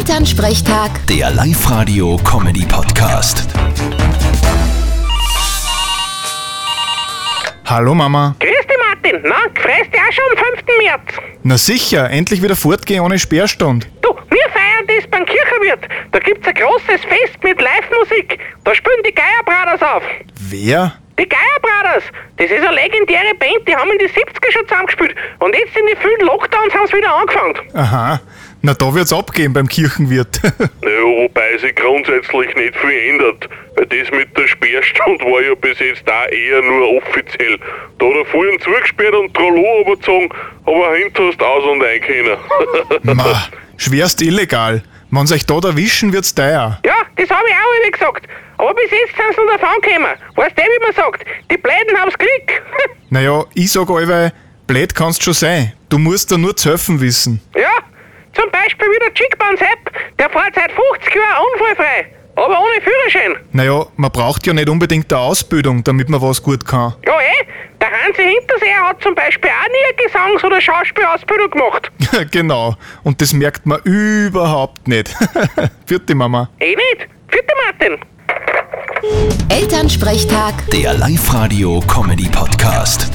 Elternsprechtag, Der Live-Radio-Comedy-Podcast. Hallo Mama. Grüß dich, Martin. Na, freust dich auch schon am 5. März? Na sicher, endlich wieder fortgehen ohne Sperrstund. Du, wir feiern das beim Kirchenwirt. Da gibt's ein großes Fest mit Live-Musik. Da spielen die Geierbraders auf. Wer? Die Geierbraders, das ist eine legendäre Band, die haben in die 70er schon zusammengespielt. Und jetzt in den vielen Lockdowns haben sie wieder angefangen. Aha. Na da wird's abgehen beim Kirchenwirt. Naja, Äh, wobei sich grundsätzlich nicht viel ändert. Weil das mit der Sperrstunde war ja bis jetzt da eher nur offiziell. Da hat er vorhin zugesperrt und Trollo runtergezogen, aber hinten hast du aus und ein können. Ma, schwerst illegal. Wenn's euch da erwischen, wird's teuer. Ja, das habe ich auch wieder gesagt. Aber bis jetzt sind sie noch davon gekommen. Weißt du, wie man sagt? Die Bläden haben's Glück. Naja, ich sag allweil, blöd kannst schon sein. Du musst da nur zu helfen wissen. ja, zum Beispiel wie der Chickbahn Sepp. Der fährt seit 50 Jahren unfallfrei. Aber ohne Führerschein. Naja, man braucht ja nicht unbedingt eine Ausbildung, damit man was gut kann. Ja, eh. Der Hansi Hinterseher hat zum Beispiel auch nie eine Gesangs- oder Schauspielausbildung gemacht. genau. Und das merkt man überhaupt nicht. Vierte Mama. Eh nicht. Vierte Martin. Elternsprechtag. Der Live-Radio-Comedy-Podcast.